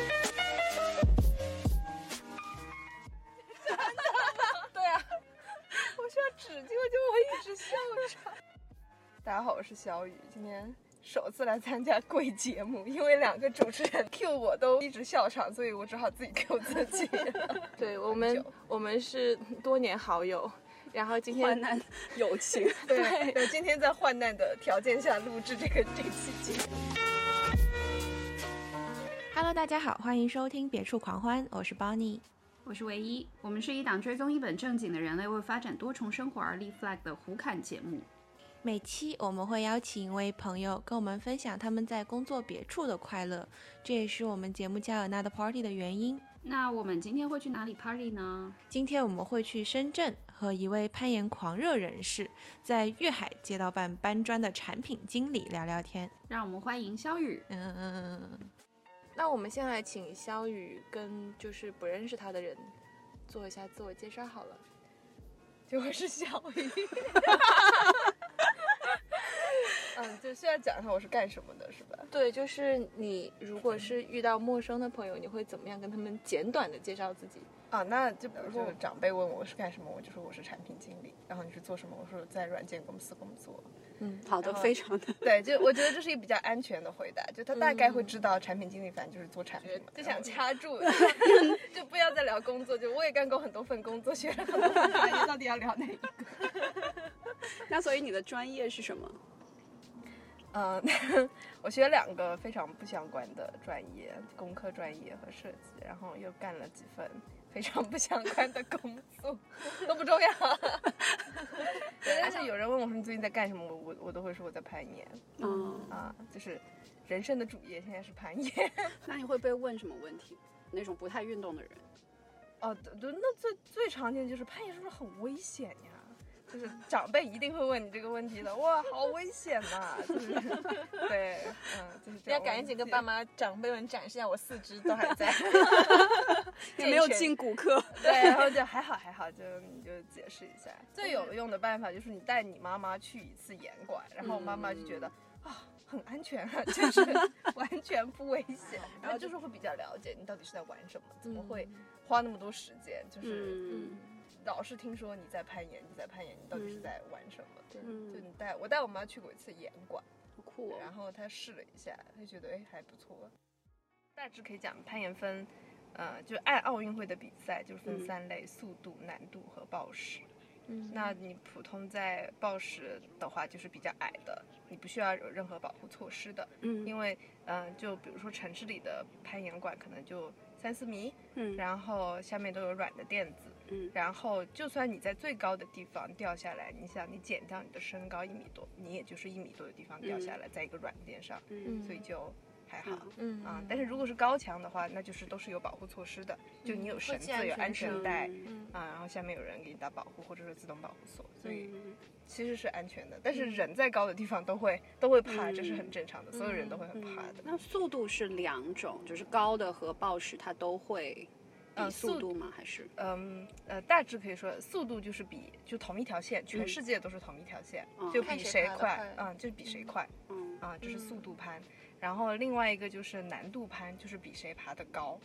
啊 我一直笑场。 大家好，我是小雨，今天首次来参加贵节目，因为两个主持人 Q 我都一直笑场，所以我只好自己 Q 自己。 对我们，我们是多年好友，然后今患天难友情。对对，对，今天在患难的条件下录制这个这期节目。 Hello，大家好，欢迎收听《别处狂欢》，我是 Bonnie。我是唯一，我们是一档追踪一本正经的人类为发展多重生活而立 flag 的胡侃节目。每期我们会邀请一位朋友跟我们分享他们在工作别处的快乐，这也是我们节目叫 Another Party 的原因。那我们今天会去哪里 party 呢？今天我们会去深圳和一位攀岩狂热人士，在粤海街道办搬砖的产品经理聊聊天。让我们欢迎肖雨。嗯，那我们先来请肖宇跟就是不认识他的人做一下自我介绍好了。就我是小雨。嗯，就需要讲一下我是干什么的，是吧？对，就是你如果是遇到陌生的朋友，你会怎么样跟他们简短的介绍自己？啊，那就比如说长辈问我是干什么，我就说我是产品经理。然后你是做什么？我说在软件公司工作。嗯，好的，然后非常的。对，就我觉得这是一个比较安全的回答，就他大概会嗯知道产品经理反正就是做产品嘛，就想掐住，就不要再聊工作。就我也干过很多份工作，学了很多份专业，到底要聊哪一个？ 那所以你的专业是什么？嗯，我学两个非常不相关的专业，工科专业和设计，然后又干了几份非常不相关的工作，都不重要。 对而且有人问我说你最近在干什么，我我我都会说我在攀岩嗯，啊，就是人生的主业现在是攀岩。 那你会被问什么问题？那种不太运动的人，哦，对对，那最最常见就是攀岩是不是很危险呀？就是长辈一定会问你这个问题的，哇，好危险呐、就是， 对，嗯，就是这样。要啊赶紧跟 爸妈、长辈们展示一下我四肢都还在。也 没有进骨科。对，然后就还好还好，就你就解释一下。最有嗯用的办法就是你带你妈妈去一次严管，然后妈妈就觉得、嗯啊很安全啊， 就是完全不危险，然后就是会比较了解你到底是在玩什么，怎么嗯会花那么多时间，就是嗯老是听说你在攀岩，你在攀岩，你到底是在玩什么？对，就嗯，你带我带我妈去过一次岩馆，好酷然哦。后她试了一下，她觉得哎还不错。大致可以讲攀岩分，呃，就按奥运会的比赛就是分嗯三类：速度、难度和报时。嗯那你普通在报时的话，就是比较矮的，你不需要有任何保护措施的，嗯因为嗯、呃就比如说城市里的攀岩馆可能就三四米，嗯然后下面都有软的垫子，嗯然后就算你在最高的地方掉下来，你想你减掉你的身高一米多，你也就是一米多的地方掉下来，在一个软垫上，嗯所以就还好。嗯嗯啊，但是如果是高墙的话，那就是都是有保护措施的，就你有绳子、会系有安安全全带嗯啊，然后下面有人给你打保护，或者是自动保护锁，所以嗯其实是安全的。但是人在高的地方都会都会怕，嗯这是很正常的，所有人都会很怕的。嗯那速度是两种，就是高的和暴食，它都会比嗯呃呃速速度吗？还是嗯呃，大致可以说速度就是比就同一条线，全世界都是同一条线，嗯就看比谁谁爬得快，快嗯，就比谁快嗯啊，这是速度攀。然后另外一个就是难度攀，就是比谁爬得高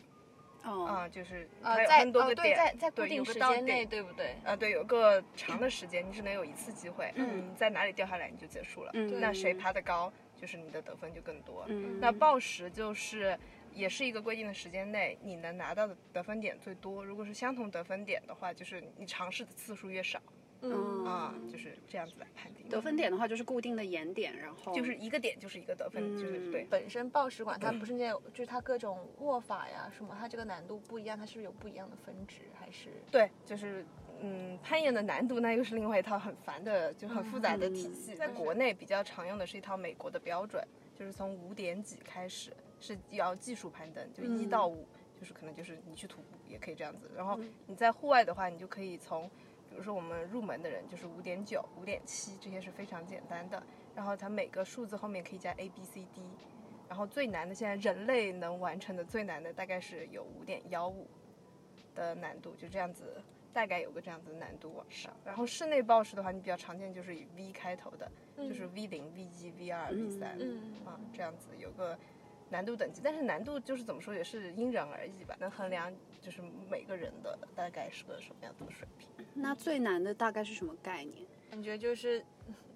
哦啊，就是呃它有在很多哦个对，在点，在固对定有个时到间内，点对不对？啊，对，有个长的时间，你只能有一次机会，嗯你在哪里掉下来你就结束了。嗯那谁爬得高，就是你的得分就更多。嗯那报时就是也是一个规定的时间内，你能拿到的得分点最多。如果是相同得分点的话，就是你尝试的次数越少嗯啊、就是这样子来判定。得分点的话就是固定的岩点，然后就是一个点就是一个得分，就是对。本身报时馆它不是那种，就是它各种握法呀什么，它这个难度不一样，它是不是有不一样的分值？还是对，就是嗯，攀岩的难度那又是另外一套很烦的，就很复杂的体系。在国内比较常用的是一套美国的标准，就是从五点几开始是要技术攀登，就一到五、就是可能就是你去徒步也可以这样子。然后你在户外的话，你就可以从。比如说我们入门的人就是五点九、五点七，这些是非常简单的。然后它每个数字后面可以加 A、B、C、D，然后最难的现在人类能完成的最难的大概是有五点幺五的难度，就这样子，大概有个这样子的难度往上。然后室内暴食的话，你比较常见就是以 V 开头的，就是 V 零、V 一、V 二、V 三嗯啊这样子有个难度等级，但是难度就是怎么说也是因人而异吧，能衡量就是每个人的大概是个什么样子的水平。那最难的大概是什么概念？感觉就是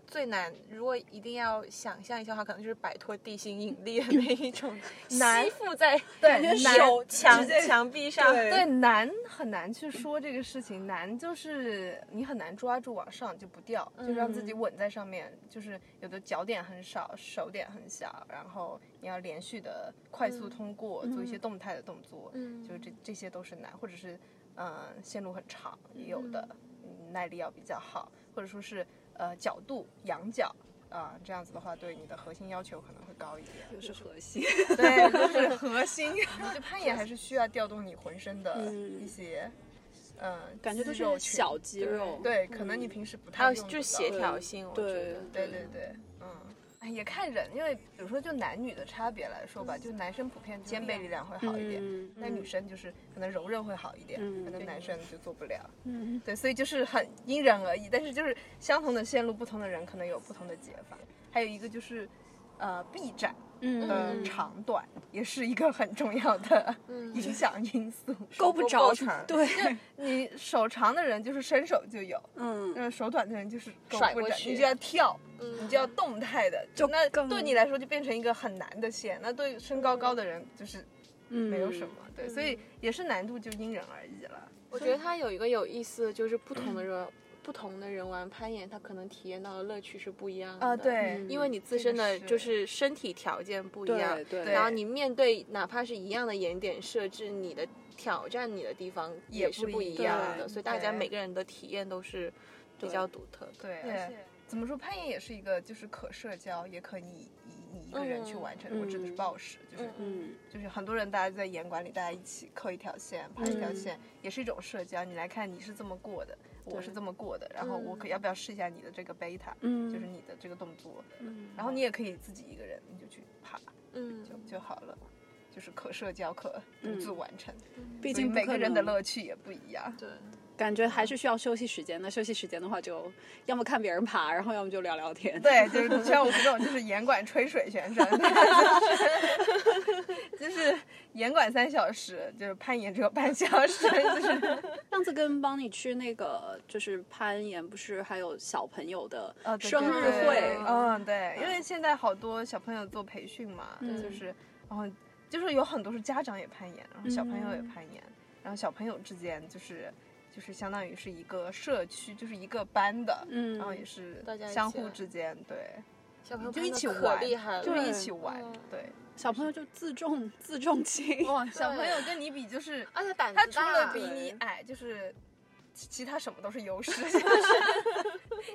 最难。如果一定要想象一下的话，可能就是摆脱地心引力的那一 种，难吸附在 对难手墙直接墙壁上。啊对难很难去说这个事情，难就是你很难抓住往上就不掉，就让自己稳在上面。就是有的脚点很少，手点很小，然后你要连续的快速通过，做一些动态的动作，嗯就是这这些都是难，或者是嗯、呃线路很长也有的，嗯耐力要比较好，或者说是呃角度仰角。啊、这样子的话，对你的核心要求可能会高一点。 就是核心。对，就是核心。 就攀岩还是需要调动你浑身的嗯一些，嗯，感觉肌都肉是群小肌肉，对，可能你平时不太还有用就是得协到调性，我觉对得。对对对，嗯。哎也看人，因为比如说就男女的差别来说吧，就男生普遍肩背力量会好一点，嗯但女生就是可能柔韧会好一点，嗯可能男生就做不了。嗯，对，所以就是很因人而异，但是就是相同的线路，不同的人可能有不同的解法。还有一个就是，呃，臂展的嗯长短、也是一个很重要的嗯影响因素。勾不着成，对，你手长的人就是伸手就有，嗯，嗯，手短的人就是勾甩不过着去你就要跳，你嗯就要动态的，就那更对你来说就变成一个很难的线，那对身高高的人就是没嗯没有什么，对，所以也是难度就因人而异了。我觉得它有一个有意思的就是不同的 人，不同的人玩攀岩，他可能体验到的乐趣是不一样的。啊，对，因为你自身的这个是就是身体条件不一样对，对对然后你面对哪怕是一样的岩点设置，你的挑战你的地方也也是不不一一样样的，对所以大家对每个人的体验都是比对较独特的。对，而嗯且怎么说，攀岩也是一个就是可社交，也可你以你一个人去完成的。嗯我指的是暴食，就是嗯嗯，就是很多人大家在岩馆里，大家一起刻一条线，爬一条嗯线，也是一种社交。你来看你是这么过的，我是这么过的，然后我可嗯要不要试一下你的这个贝塔，嗯就是你的这个动作，嗯然后你也可以自己一个人你就去爬嗯就就好了。就是可社交、可独嗯自完成，毕所以竟每不可个人的能乐嗯趣也不一样。对，感觉还是需要休息时间的。休息时间的话，就要么看别人爬，然后要么就聊聊天。对，就是像我们这种就是严管吹水选手， 就是严管三小时，就是攀岩只有半小时，就是上次跟邦尼去那个就是攀岩，不是还有小朋友的呃生日会？哦嗯，对，因为现在好多小朋友做培训嘛，嗯就是然后就是有很多是家长也攀岩，然后小朋友嗯也攀岩，然后小朋友之间就是就是相当于是一个社区，就是一个班的，嗯，哦然后也是大家一相起互来之间对，小朋友就攀一得起可玩厉害了，就是一对起玩嗯，对。小朋友就自重自重轻，哇，小朋对友跟你比就是，而且啊胆他子除了大，比你对矮，就是其其他什么都是优势， 就是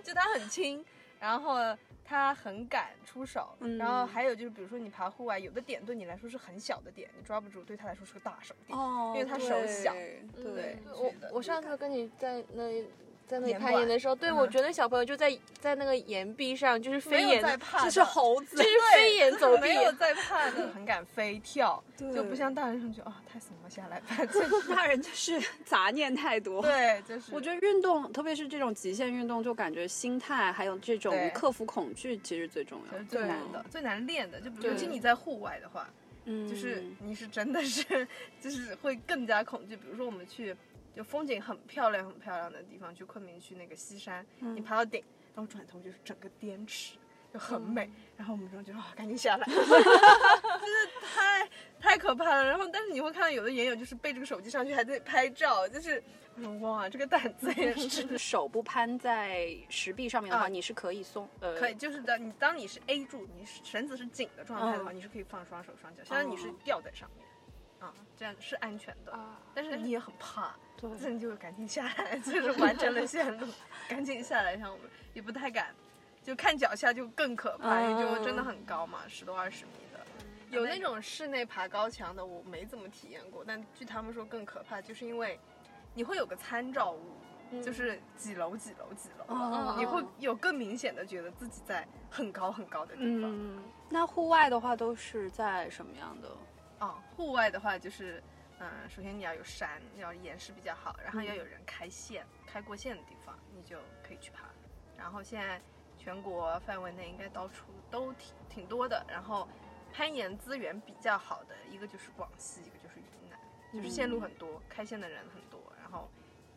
就他很轻，然后他很敢出手，嗯然后还有就是比如说你爬户外，有的点对你来说是很小的点，你抓不住，对他来说是个大手点。哦，因为他手小对嗯对，我是的我上次跟你在那。在那里岩攀馆岩的时候，对、我嗯觉得小朋友就在在那个岩壁上，就是没飞有檐在怕的，这是猴子就，是飞檐走壁没，有在怕的，很敢飞跳，对就不像大人上去啊，太怂了，下来吧。就大人就是杂念太多。对，就是我觉得得运动，特别是这种极限运动，就感觉心态还有这种对克服恐惧，其实最重要这是。最对难的，最难练的，就比如对尤其你在户外的话，嗯，就是你是真的是就是会更加恐惧。比如说我们去就风景很漂亮很漂亮的地方，去昆明去那个西山，嗯你爬到顶，然后转头就是整个滇池，就很美。然后我们这种就说啊，赶紧 下来，真的太太可怕了。然后但是你会看到有的岩友就是背着个手机上去还在拍照，就是我说哇，这个胆子 也是。手不攀在石壁上面的话，啊你是可以松，呃，可以，就是当你当你是 A 住，你是绳子是紧的状态的话，你是可以放双手双脚，相当于你是嗯哦吊在上面，啊、这样是安全的。啊但是你也很怕，对那你就赶紧下来， 就是完成了线路， 赶紧下来。像我们也不太敢，就看脚下就更可怕，因为就真的嗯很高嘛，十多二十米的。有那种室内爬高墙的，我没怎么体验过，但据他们说更可怕，就是因为你会有个参照物，就是几楼几楼几楼的，嗯哦你会有更明显的觉得自己在很高很高的地方。嗯，那户外的话都是在什么样的？啊，户外的话就是，嗯、首先你要有山，要岩石比较好，然后要有人开线，嗯开过线的地方你就可以去爬。然后现在全国范围内应该到处都挺挺多的，然后攀岩资源比较好的一个就是广西，一个就是云南，嗯就是线路很多，开线的人很多，然后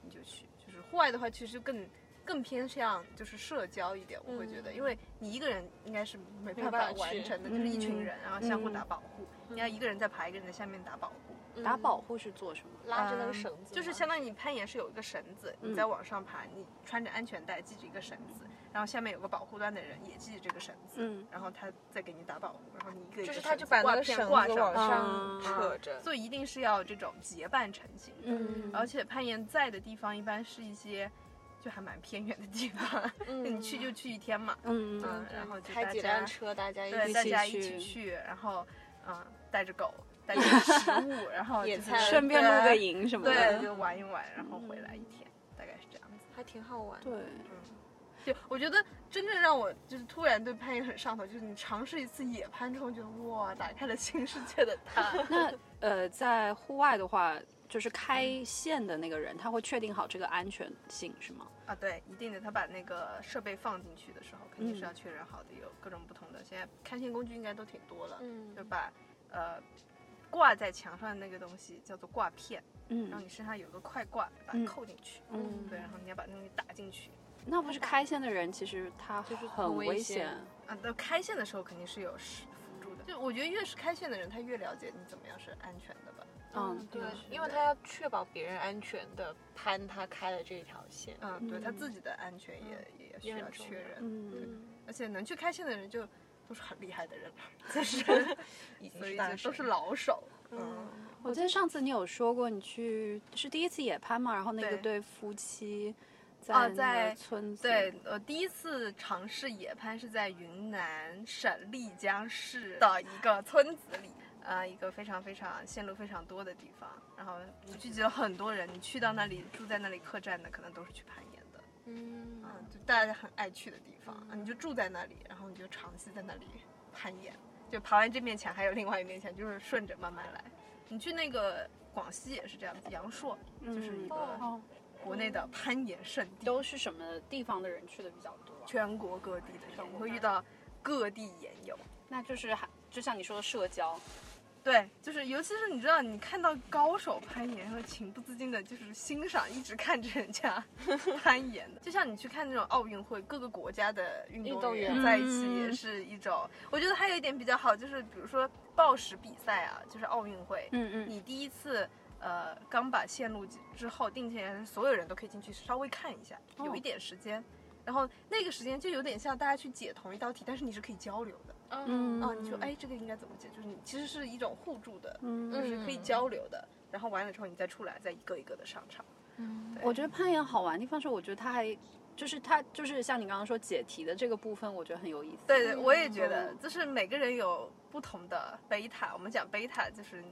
你就去。就是户外的话，其实更更偏向就是社交一点，我会觉得，嗯因为你一个人应该是没没办办法法去完成的，就是一群嗯人，然后相互打嗯保护，你要一个人在爬一个人的下面打保护，嗯打保护是做什么？拉着那个嗯绳子吗，就是相当于你攀岩是有一个绳子，你嗯在往上爬，你穿着安全带系着一个绳子，然后下面有个保护端的人也系着这个绳子，嗯然后他再给你打保护，然后你一个一个就是绳他子就把那挂个片绳子挂上，往上嗯扯着，所以一定是要这种结伴成行。嗯而且攀岩在的地方一般是一些就还蛮偏远的地方，你去就去一天嘛，嗯嗯嗯，然后就嗯开大几家辆车，大家一对起大起家一去起去，然后嗯带着狗，带着食物，然后 野就是餐顺便露个对营什么嗯对， 的。就玩一玩，然后回来一天，大概是这样子。嗯还挺好玩。对，就我觉得真正让我就是突然对攀岩很上头，就是你尝试一次野攀之后，觉得哇，打开了新世界的 它。那呃，在户外的话，就是开线的那个人，他会确定好这个安全性是吗？啊，对，一定的，他把那个设备放进去的时候，肯定是嗯要确认好的，有各种不同的。现在看线工具应该都挺多了，嗯就把呃挂在墙上的那个东西叫做挂片，然后嗯你身上有个快挂，把它嗯扣进去，嗯，对，然后你要把那东西打进去。那不是开线的人，其实他就是很很危危险险。啊，到开线的时候肯定是有是辅助的，就我觉得越是开线的人，他越了解你怎么样是安全的吧。嗯，对对，因为他要确保别人安全的攀他开的这条线。嗯，对他嗯自己的安全也、也需也很要重确要认，嗯，而且能去开线的人就都是很厉害的人了，就是已经 所以是大就神都是老手。嗯嗯，我记得上次你有说过，你去是第一次野攀嘛，然后那个对对夫妻啊在那在个村子，对，我第一次尝试野攀是在云南省丽江市的一个村子里，呃，一个非常非常线路非常多的地方，然后聚集了很多人。你去到那里住在那里客栈的，可能都是去攀岩的。嗯嗯，就大家很爱去的地方，啊你就住在那里，然后你就长期在那里攀岩，就爬完这面墙还有另外一面墙，就是顺着慢慢来。你去那个广西也是这样子，阳朔就是一个哦，国内的攀岩圣地，都是什么地方的人去的比较多啊？全国各地的人，你会遇到各地岩友。那就是还就像你说的社交，对，就是尤其是你知道，你看到高手攀岩，会情不自禁的，就是欣赏，一直看着人家攀岩的。就像你去看那种奥运会，各个国家的运运动动员嗯员在一起，也是一种。我觉得还有一点比较好，就是比如说暴食比赛啊，就是奥运会，嗯你第一次。呃，刚把线路之后定下来，所有人都可以进去稍微看一下，哦有一点时间，然后那个时间就有点像大家去解同一道题，但是你是可以交流的。嗯嗯啊，你说哎，这个应该怎么解？就是你其实是一种互助的，嗯就是可以交流的。然后完了之后，你再出来，再一个一个的上场。嗯对我觉得攀岩好玩的地方是，我觉得它还就是它就是像你刚刚说解题的这个部分，我觉得很有意思。对对，我也觉得，嗯就是每个人有不同的贝塔。我们讲贝塔就是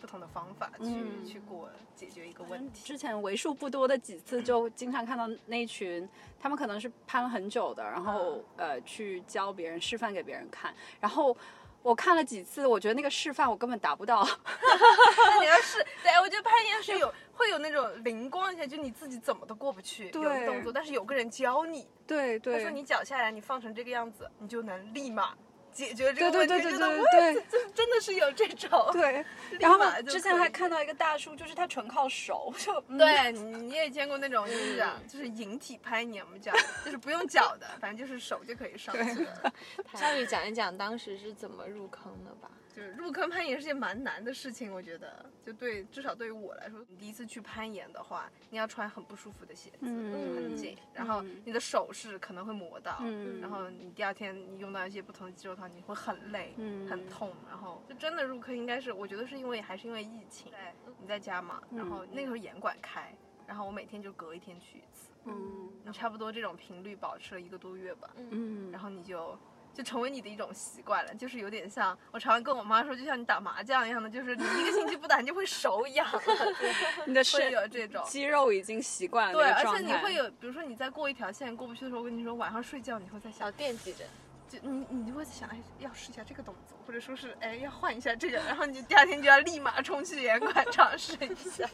不同的方法去、嗯去过解决一个问题。之前为数不多的几次，就经常看到那群，他们可能是攀了很久的，然后嗯呃去教别人示范给别人看，然后我看了几次，我觉得那个示范我根本达 不到，那你要是 对，我觉得攀岩 是有会有那种灵光一下，就你自己怎么都过不去，有个对动作，但是有个人教你，对他对，说你脚下来，你放成这个样子，你就能立马解决这个对对问题。对对觉得对哇对这真的是有这种。对，立然后马就之可前以还看到一个大叔，就是他纯靠手，就嗯对，你你也见过那种就是这样就是引体攀岩，我们讲就是不用脚的，反正就是手就可以上去了。少宇讲一讲当时是怎么入坑的吧。就是入坑攀岩是件蛮难的事情，我觉得，就对，至少对于我来说，你第一次去攀岩的话，你要穿很不舒服的鞋子，就很紧，然后嗯你的手是可能会磨到，嗯然后你第二天你用到一些不同的肌肉套，你会很累，嗯很痛，然后就真的入坑应该是，我觉得是因为还是因为疫情，你在家嘛，然嗯后那个时候严管开，然后我每天就隔一天去一次，嗯你差不多这种频率保持了一个多月吧，嗯，然后你就就成为你的一种习惯了，就是有点像我常常跟我妈说，就像你打麻将一样的，就是你一个星期不打，你就会手痒， 你的会身有这种。肌肉已经习惯了对，那个而状且态，你会有，比如说你在过一条线过不去的时候，我跟你说晚上睡觉你会在想小，惦记着，就你你就会想，哎，要试一下这个动作，或者说是哎要换一下这个，然后你就第二天就要立马冲去严管尝试一下。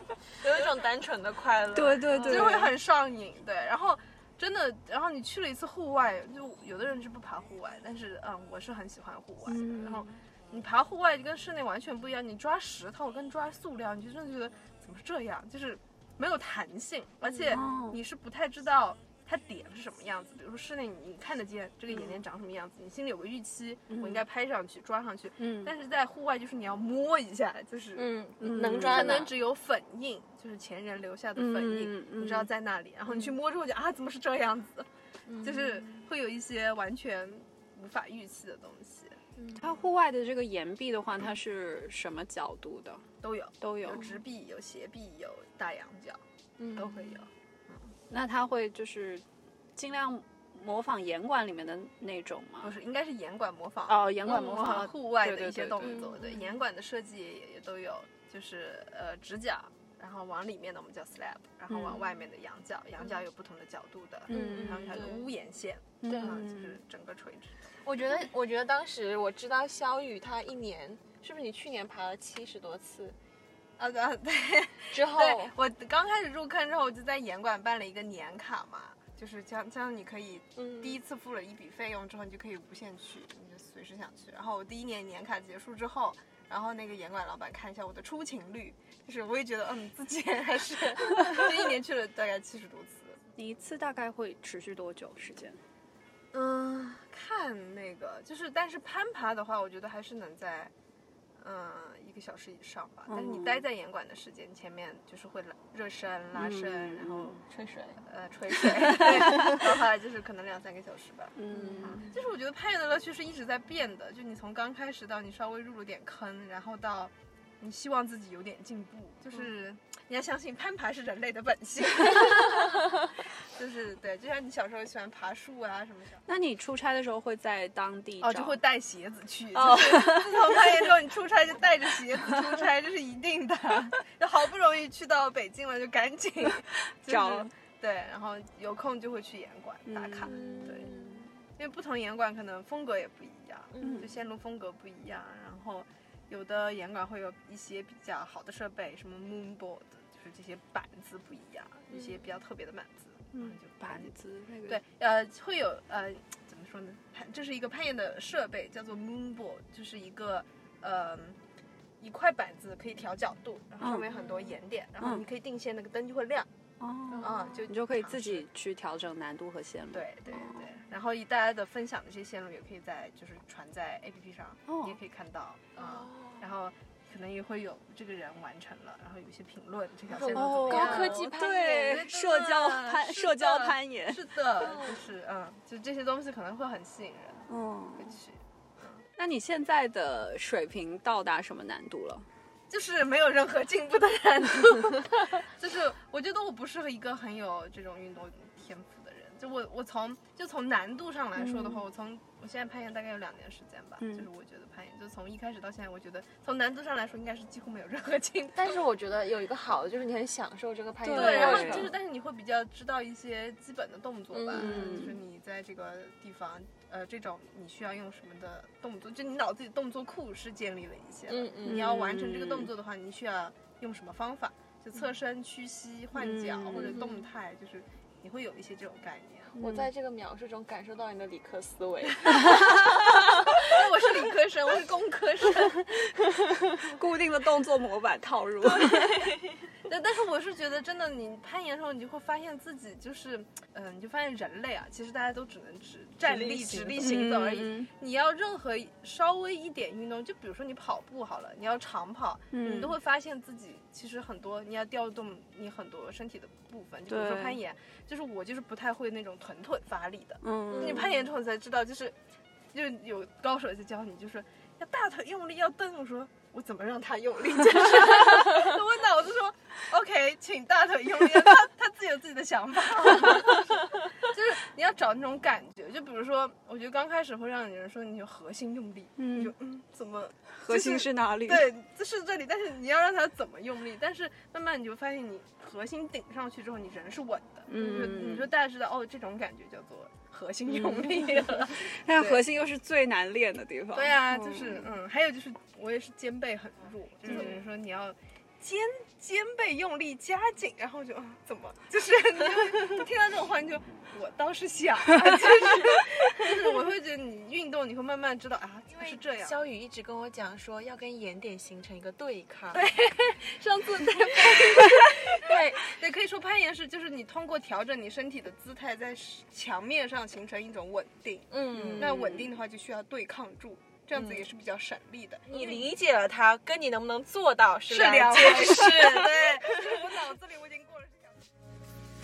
有一种单纯的快乐。对对对，就会很上瘾。对，然后真的，然后你去了一次户外，就有的人是不爬户外，但是嗯，我是很喜欢户外的。嗯然后你爬户外就跟室内完全不一样，你抓石头跟抓塑料，你就真的觉得怎么是这样，就是没有弹性，而且哦你是不太知道。它它点是什么样子。比如说室内你你看得见这个眼帘长什么样子，你心里有个预期，我应该拍上去抓上去。嗯但是在户外就是你要摸一下，就是嗯，嗯能抓可的能只有粉印，就是前人留下的粉印，嗯嗯嗯你知道在那里，然后你去摸之后就啊，怎么是这样子？嗯就是会有一些完全无法预期的东西嗯它户外的这个岩壁的话，它是什么角度的都有，都有有。直臂，有斜臂，有大仰角，嗯都会有。那它会就是尽量模仿岩馆里面的那种不吗？是，应该是严管模仿，嗯哦，岩严馆管模模仿仿户外对的对一些对动对作，对，嗯严管的设计也也都有，就是呃直角，然后往里面的我们叫 slab，然后往嗯外面的仰角，仰角有不同的角度的，嗯然后还有个屋檐线，对嗯啊，就是整个垂直。我觉得，我觉得当时我知道肖雨她一年是不是你去年爬了七十多次啊，对对之后，哦对，我刚开始入坑之后，我就在严管办了一个年卡嘛，就是像像你可以嗯，第一次付了一笔费用之后，你就可以无限去，你就随时想去。然后我第一年年卡结束之后，然后那个严管老板看一下我的出勤率，就是我也觉得，嗯，自己还是 这一年去了大概七十多次。你一次大概会持续多久时间？嗯，看那个就是，但是攀爬的话，我觉得还是能在。嗯，一个小时以上吧。但是你嗯待在严管的时间，前面就是会拉热身、拉伸，嗯然后吹水，呃吹水， 对然后后来就是可能两三个小时吧。嗯，就是我觉得攀岩的乐趣是一直在变的，就你从刚开始到你稍微入了点坑，然后到你希望自己有点进步，就是、你要相信攀爬是人类的本性， 就是对，就像你小时候喜欢爬树啊什么的，那你出差的时候会在当地哦找就会带鞋子去，哦就是自从攀岩之后你出差就带着鞋子出差，这是一定的， 就好不容易去到北京了就赶 紧、就是找对，然后有空就会去岩馆打卡，嗯对。因为不同岩馆可能风格也不一样，嗯就线路风格不一样，然后有的岩馆会有一些比较好的设备，什么 moonboard，就是这些板子不一样，一些比较特别的板子，嗯，就嗯板子那个对，，呃，会有呃，怎么说呢？攀这是一个攀岩的设备，叫做 moonboard，就是一个呃一块板子可以调角度，然后上面有很多岩点，然后嗯你可以定线，那个灯就会亮，哦，啊、就你就可以尝自试己去调整难度和线路。，对对对，然后以大家的分享的这些线路也可以在就是传在 APP 上，哦你也可以看到哦啊、然后可能也会有这个人完成了，然后有一些评论这条线路嗯怎么哦高样？科技攀岩对，社交攀社交攀岩，是的，哦就是嗯，就这些东西可能会很吸引人嗯。会去，那你现在的水平到达什么难度了？ 就是没有任何进步的难度，就是我觉得我不是一个很有这种运动天赋的人，就我我从就从难度上来说的话，我从我现在攀岩大概有两年时间吧，嗯就是我觉得攀岩就从一开始到现在，我觉得从难度上来说应该是几乎没有任何进步。但是我觉得有一个好的就是你很享受这个攀岩的对然过后程，就是，但是你会比较知道一些基本的动作吧，嗯就是你在这个地方，呃，这种你需要用什么的动作，就你脑子里动作库是建立了一些的，嗯嗯你要完成这个动作的话，你需要用什么方法？就侧身、屈膝、换脚、嗯或者动态，就是你会有一些这种概念。我在这个描述中感受到你的理科思 维，因为我是理科生，我是工科 生，固定的动作模板套路。但但是我是觉得，真的，你攀岩的时候，你就会发现自己就是，嗯、你就发现人类啊，其实大家都只能只站立、直立行走而已。嗯你要任何稍微一点运动，就比如说你跑步好了，你要长跑，嗯你都会发现自己其实很多你要调动你很多身体的部分，就比如说对攀岩，就是我就是不太会那种臀腿发力的，嗯你攀岩之后才知道，就是就是有高手在教你，就是要大腿用力要蹬。我说我怎么让他用力？就是 我脑子说 OK，请大腿用力，他他自己有自己的想法， 就是你要找那种感觉。就比如说，我觉得刚开始会让有人说你有核心用力，嗯你就嗯怎么核心是哪里？，对，就是这里，但是你要让它怎么用力，但是慢慢你就发现，你核心顶上去之后，你人是稳的，嗯就是你就大家知道，哦，这种感觉叫做核心用力了。 但核心又是最难练的地方。对啊，就是嗯，还有就是我也是肩背很弱，就是有人说你要。肩肩背用力加紧，然后就嗯怎么就是你就听到这种话，你就我倒是想啊，就是就是我会觉得你运动后，你会慢慢知道啊，因它是为这样。肖雨一直跟我讲说要跟岩点形成一个对抗，上次在对对，可以说攀岩是就是你通过调整你身体的姿态，在墙面上形成一种稳定。嗯那稳定的话就需要对抗住，这样子也是比较省嗯力的。你理解了他，跟你能不能做到是是两两件回事。 对， 我脑子里我已经过了这条路。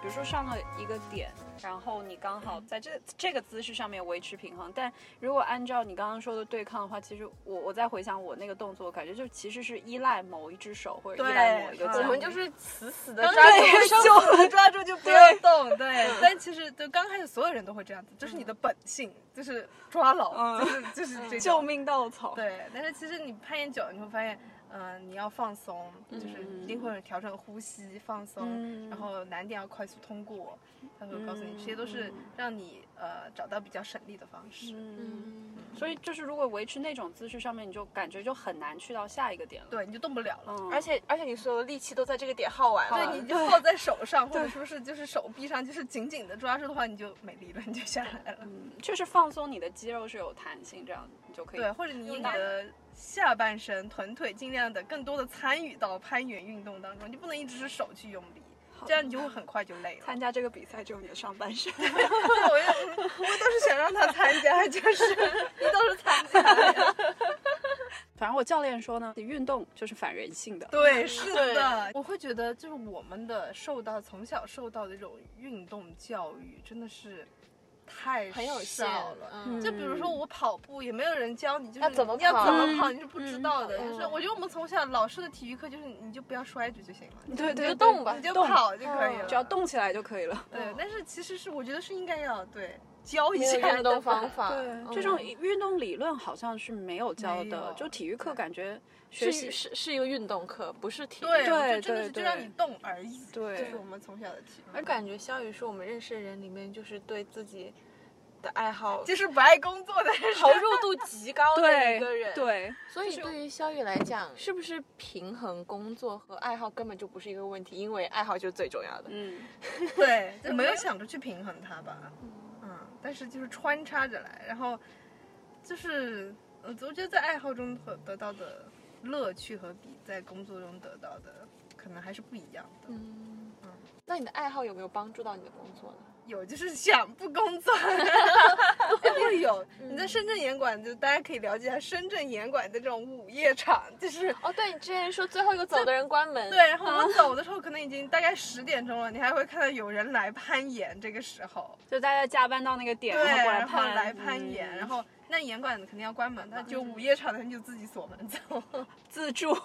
比如说上了一个点，然后你刚好在这这个姿势上面维持平衡。但如果按照你刚刚说的对抗的话，其实我我再回想我那个动作，我感觉就其实是依赖某一只手或者依赖某一个对脚。我们是死死的刚抓住对生 就死地抓住就不要动。对，嗯但其实就刚开始所有人都会这样子，这是你的本性，就是抓牢，嗯就是就是这种。救命稻草。对，但是其实你攀岩久了，你会发现，嗯、你要放松，就是一定会有调整呼吸、放松，嗯然后难点要快速通过。他会告诉你，这些都是嗯让你呃找到比较省力的方式。嗯，嗯，所以就是如果维持那种姿势上面，你就感觉就很难去到下一个点了。对，你就动不了了。嗯，而且而且你所有的力气都在这个点耗完了。好对，你就抱在手 上，或者说是就是手臂上，就是紧紧的抓住的话，你就没力了，你就下来了。嗯确实放松你的肌肉是有弹性，这样你就可以对，或者你以用你到的下半身、臀腿尽量的更多的参与到攀岩运动当中，你不能一直是手去用力，这样你就会很快就累了。参加这个比赛，只有你的上半身。对，我就我倒是想让他参加，就是你倒是参加。反正我教练说呢，运动就是反人性的。对，是的，我会觉得就是我们的受到从小受到的这种运动教育真的是太很有少限了。嗯就比如说我跑步，也没有人教你，就是要怎么你要怎么跑跑，你是不知道的。嗯就是我觉得我们从小老师的体育课就是，你就不要摔着就行了，对你对，就对动吧你就动跑就可以嗯了，只要。动起来就可以了。对，但是其实是我觉得是应该要对教一没有下运动的方法，嗯这种运动理论好像是没有教没的有，就体育课感觉是学习是是一个运动课，不是体育。对，对我觉得真的是就对让对你动而已。对这是我们从小的体育。而感觉肖宇是我们认识的人里面，就是对自己的爱好就是不爱工作的人，投入度极高的对一个人。，对，所以就是对于肖宇来讲，是不是平衡工作和爱好根本就不是一个问题？因为爱好就是最重要的。嗯， 对，就没有想着去平衡它吧。嗯，但是就是穿插着来，然后就是呃我觉得在爱好中和得到的乐趣和比在工作中得到的可能还是不一样的。嗯，那你的爱好有没有帮助到你的工作呢？有就是想不工作，会有。你在深圳岩馆，就大家可以了解一下深圳岩馆的这种午夜场，就是哦，对你之前说最后一个走的人关门，对，，然后我们走的时候可能已经大概十点钟了，你还会看到有人来攀岩。这个时候，就大家加班到那个点，对，后过然来后攀，来攀岩，嗯然后那岩馆肯定要关门，那就午夜场的人就自己锁门走， 自助。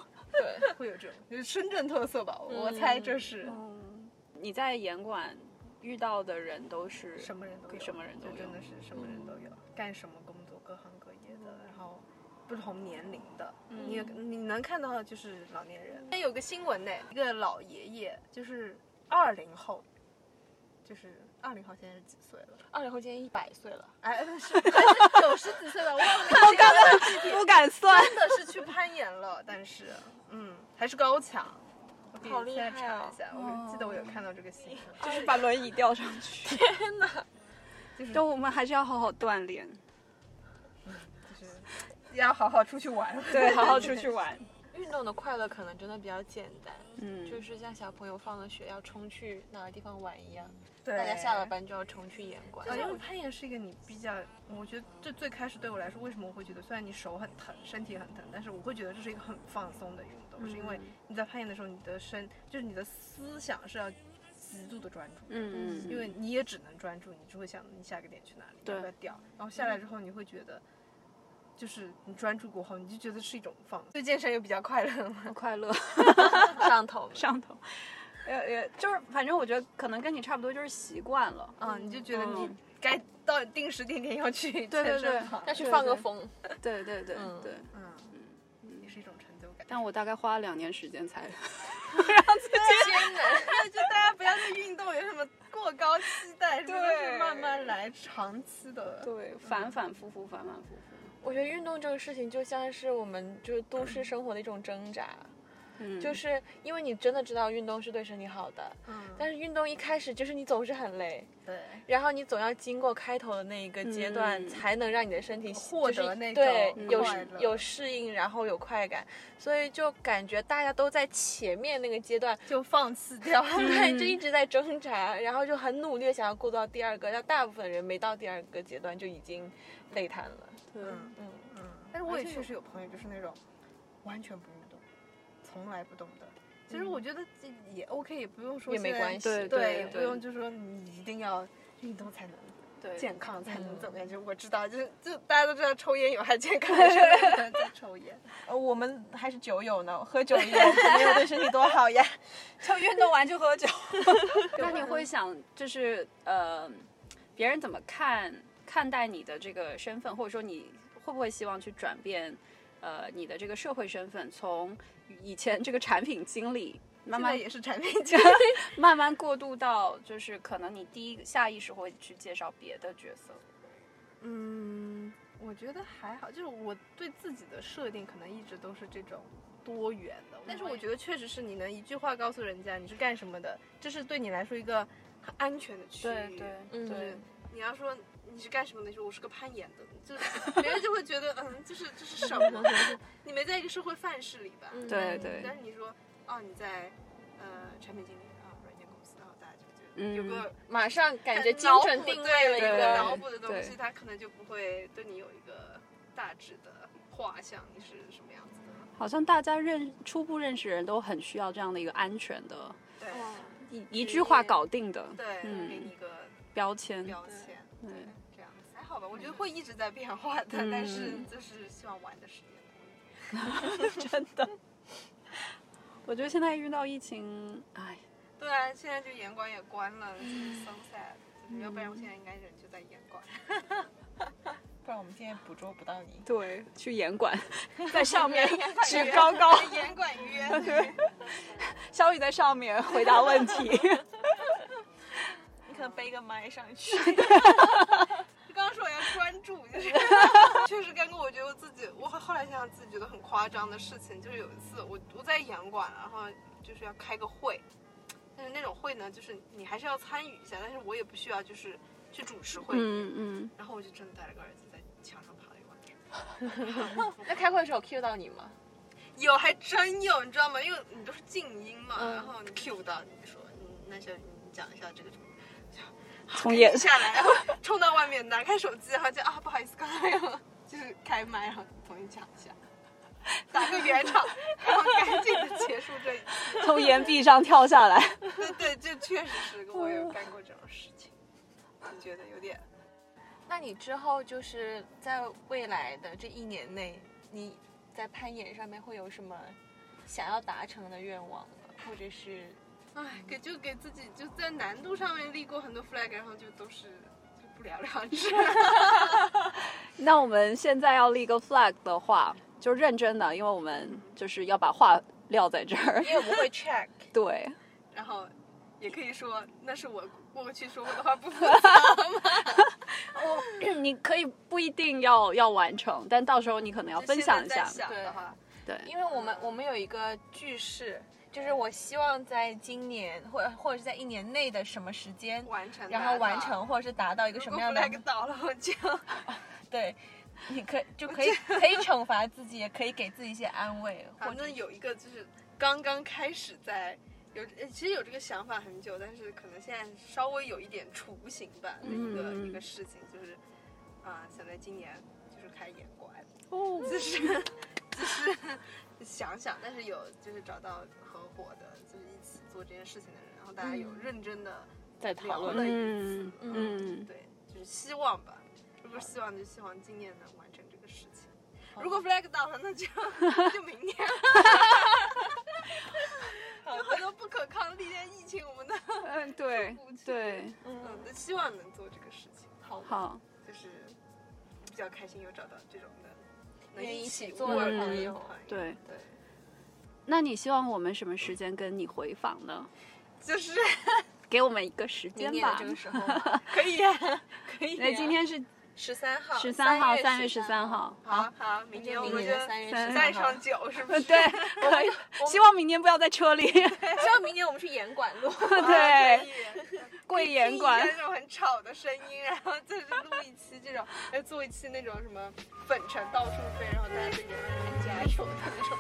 会有这种，就是深圳特色吧，我猜这是嗯，你在严管遇到的人都是什么人都有，嗯什么人都就真有的是什么人都有，干什么工作，各行各业的，然后。不同年龄的，嗯你也你能看到的就是老年人。嗯那有个新闻呢，一个老爷爷，就是二零后，就是二零后现在是几岁了？二零后今年一百岁了，哎，不是还是九十几岁吧，我我刚刚不敢算。 真的是去攀岩了，但是，嗯，还是高强。我可以好厉害现在查哦一下，我记得我有看到这个新闻，就是把轮椅吊上去。 天哪！就是，但我们还是要好好锻炼，嗯就是要好好出去玩。 对，好好出去玩。运动的快乐可能真的比较简单，嗯，就。是像小朋友放了学要冲去哪个地方玩一样，对，大家下了。班就要冲去岩馆。因为攀岩是一个你比较，我觉得这最开始对我来说，为什么我会觉得，虽然你手很疼，身体很疼，但是我会觉得这是一个很放松的运动，是嗯因为你在攀岩的时候，你的身就是你的思想是要极度的专注的，嗯嗯，因为你也只能专注，你只会想你下个点去哪里，对要不要掉，然后下来之后你会觉得，就是你专注过后，你就觉得是一种放松，对健身又比较快乐嘛。很快乐 上头了，上头。呃呃，就是反正我觉得可能跟你差不多，就是习惯了。啊，你就觉得你嗯该到定时定点要去对健对对身房，要去放个风。对对对嗯对。嗯，也是一种成就感。但我大概花了两年时间才，艰 难。就大家不要对运动有什么过高期待，什么都是对慢慢来，长期的。 对，反反复复，反反复复。我觉得运动这个事情就像是我们就是都市生活的一种挣扎，嗯就是因为你真的知道运动是对身体好的，嗯但是运动一开始就是你总是很累，对，然后你总要经过开头的那一个阶段，嗯才能让你的身体获就是得那种对有快适乐有适应，然后有快感，所以就感觉大家都在前面那个阶段，就放弃掉。嗯对，就一直在挣扎，然后就很努力地想要过到第二个，但大部分人没到第二个阶段就已经累瘫了。嗯嗯，嗯，但是我而也且确实有朋友就是那种完全不运动，从来不动的。嗯其实我觉得这也 OK，也不用说也没现在关系对对，对也不用就说你一定要运动才能对健康，才能嗯怎么样。就我知道，就是就大家都知道抽烟有害健康， 现在有人在抽烟。呃，我们还是酒友呢，喝 酒也没有对身体多好呀。就运动完就喝酒。 那你会想，就是呃，别人怎么看看待你的这个身份，或者说你会不会希望去转变呃你的这个社会身份，从以前这个产品经理。慢现在慢也是产 品经慢慢过渡到，就是可能你第一下意识会去介绍别的角色。嗯，我觉得还好，就是我对自己的设定可能一直都是这种多元的，但是我觉得确实是你能一句话告诉人家你是干什么的，这是对你来说一个很安全的区域。嗯对，你要说你是干什么的，你说我是个攀岩的，就 别人就会觉得嗯，这是这是什么？ 你没在一个社会范式里吧？对对但是你说哦，你在呃产品经理啊，软件公司啊，大家就嗯觉得有个马上感觉很精脑准补对定位了一对个脑补的东西对，他可能就不会对你有一个大致的画像，你是什么样子的。好像大家认初步认识人都很需要这样的一个安全的，对哦一一句话搞定的对，嗯给你一个标嗯签。标签，对对，这样子还好吧？我觉得会一直在变化的，嗯但是就是希望玩的时间多一点。真的。 我觉得现在遇到疫情，哎，对啊，现在就严管也关了，就是 so sad。就是嗯要不然我现在应该人就在严 管。不然我们今天捕捉不到你。对，去严管，在上面管举约高 高，严管 约， 小雨在上面回答问题。你可能背个麦上去。刚刚说我要专注，就是 确实干过。我觉得我自己，我后后来想想自己觉得很夸张的事情，就是有一次我我在洋馆，然后就是要开个会，但是那种会呢，就是你还是要参与一下，但是我也不需要就是去主持会。 嗯嗯，然后我就真的戴了个耳机在墙上爬了一晚上。 那开会的时候 Q 到你吗？有还真有，你知道吗？因为你都是静音嘛，然后你 Q 到你说，嗯，那就你讲一下这个什么。从眼停下来， 然后冲到外面拿开手机，然后就啊不好意思，刚才有就是开麦，然后重新讲一下，打个圆场， 然后赶紧的结束这一次。 从岩壁上跳下来。对 对，这确实是我有干过这种事情，就觉得有点那你之后就是在未来的这一年内，你在攀岩上面会有什么想要达成的愿望吗？或者是唉，给就给自己就在难度上面立过很多 flag，然后就都是就不了了之。 那我们现在要立个 flag 的话，就认真的，因为我们就是要把话撂在这儿。因为我们会 check，对，然后也可以说那是我过去说过的话不负责吗？ 你可以不一定要要完成，但到时候你可能要分享一现在下在。想的话。对，因为我们我们有一个句式，就是我希望在今年或或者是在一年内的什么时间，完成，然后完。成或者是达到一个如什果么样的 flag 倒了，我就对。你可就可以可以惩罚自己，也可以给自己一些安慰，或反者正有一个就是刚刚开始在有，呃其实有这个想法很久，但是可能现在稍微有一点雏形吧的一个、嗯一个事情，就是啊、想在今年就是开眼馆，哦就是就是想想，但是有就是找到合伙的，就是一起做这件事情的人，然后大家有认真的在聊讨论。了一嗯次，嗯对，就是希望吧。如果希望，就希望今年能完成这个事情。如果 flag 到了，那就就明 年。有很多不可抗力，像疫情，我们的嗯，对对，嗯，希望能做这个事情，好，就是比较开心，有找到这种的能愿意一起起做握的手朋友朋友，对。对，那你希望我们什么时间跟你回访呢？就是给我们一个时明间年的吧这。哎个时候吧，可以啊，可以啊。那今天是十三号，十三号，三三月十三。号。好好，明天我明们年就的三月三十带三上号，酒，是不 呃，是？对， 可以。希望明年不要在车里。希望明年我们是严管 录。对可，以。贵严听管一下。那种很吵的声音， 然后就是录一期呃啊这种，要做一期那种什么粉尘到处飞，然后大家就永远加油的那种。